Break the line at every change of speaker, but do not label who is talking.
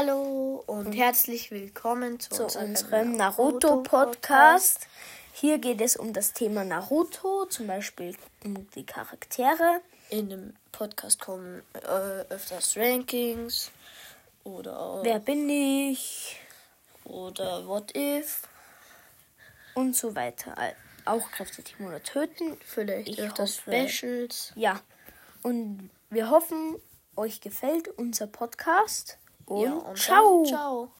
Hallo und herzlich willkommen Mhm. zu,
zu
unserem,
unserem Naruto-Podcast. Hier geht es um das Thema Naruto, zum Beispiel um die Charaktere.
In dem Podcast kommen äh, öfters Rankings oder,
Wer bin ich?
oder What If.
Und so weiter. Auch Kräfte, die Monat töten.
Vielleicht
Ich
öfters
hoffe-
Specials.
Ja. Und wir hoffen, euch gefällt unser Podcast. Und,
Ja, und dann
ciao.
ciao.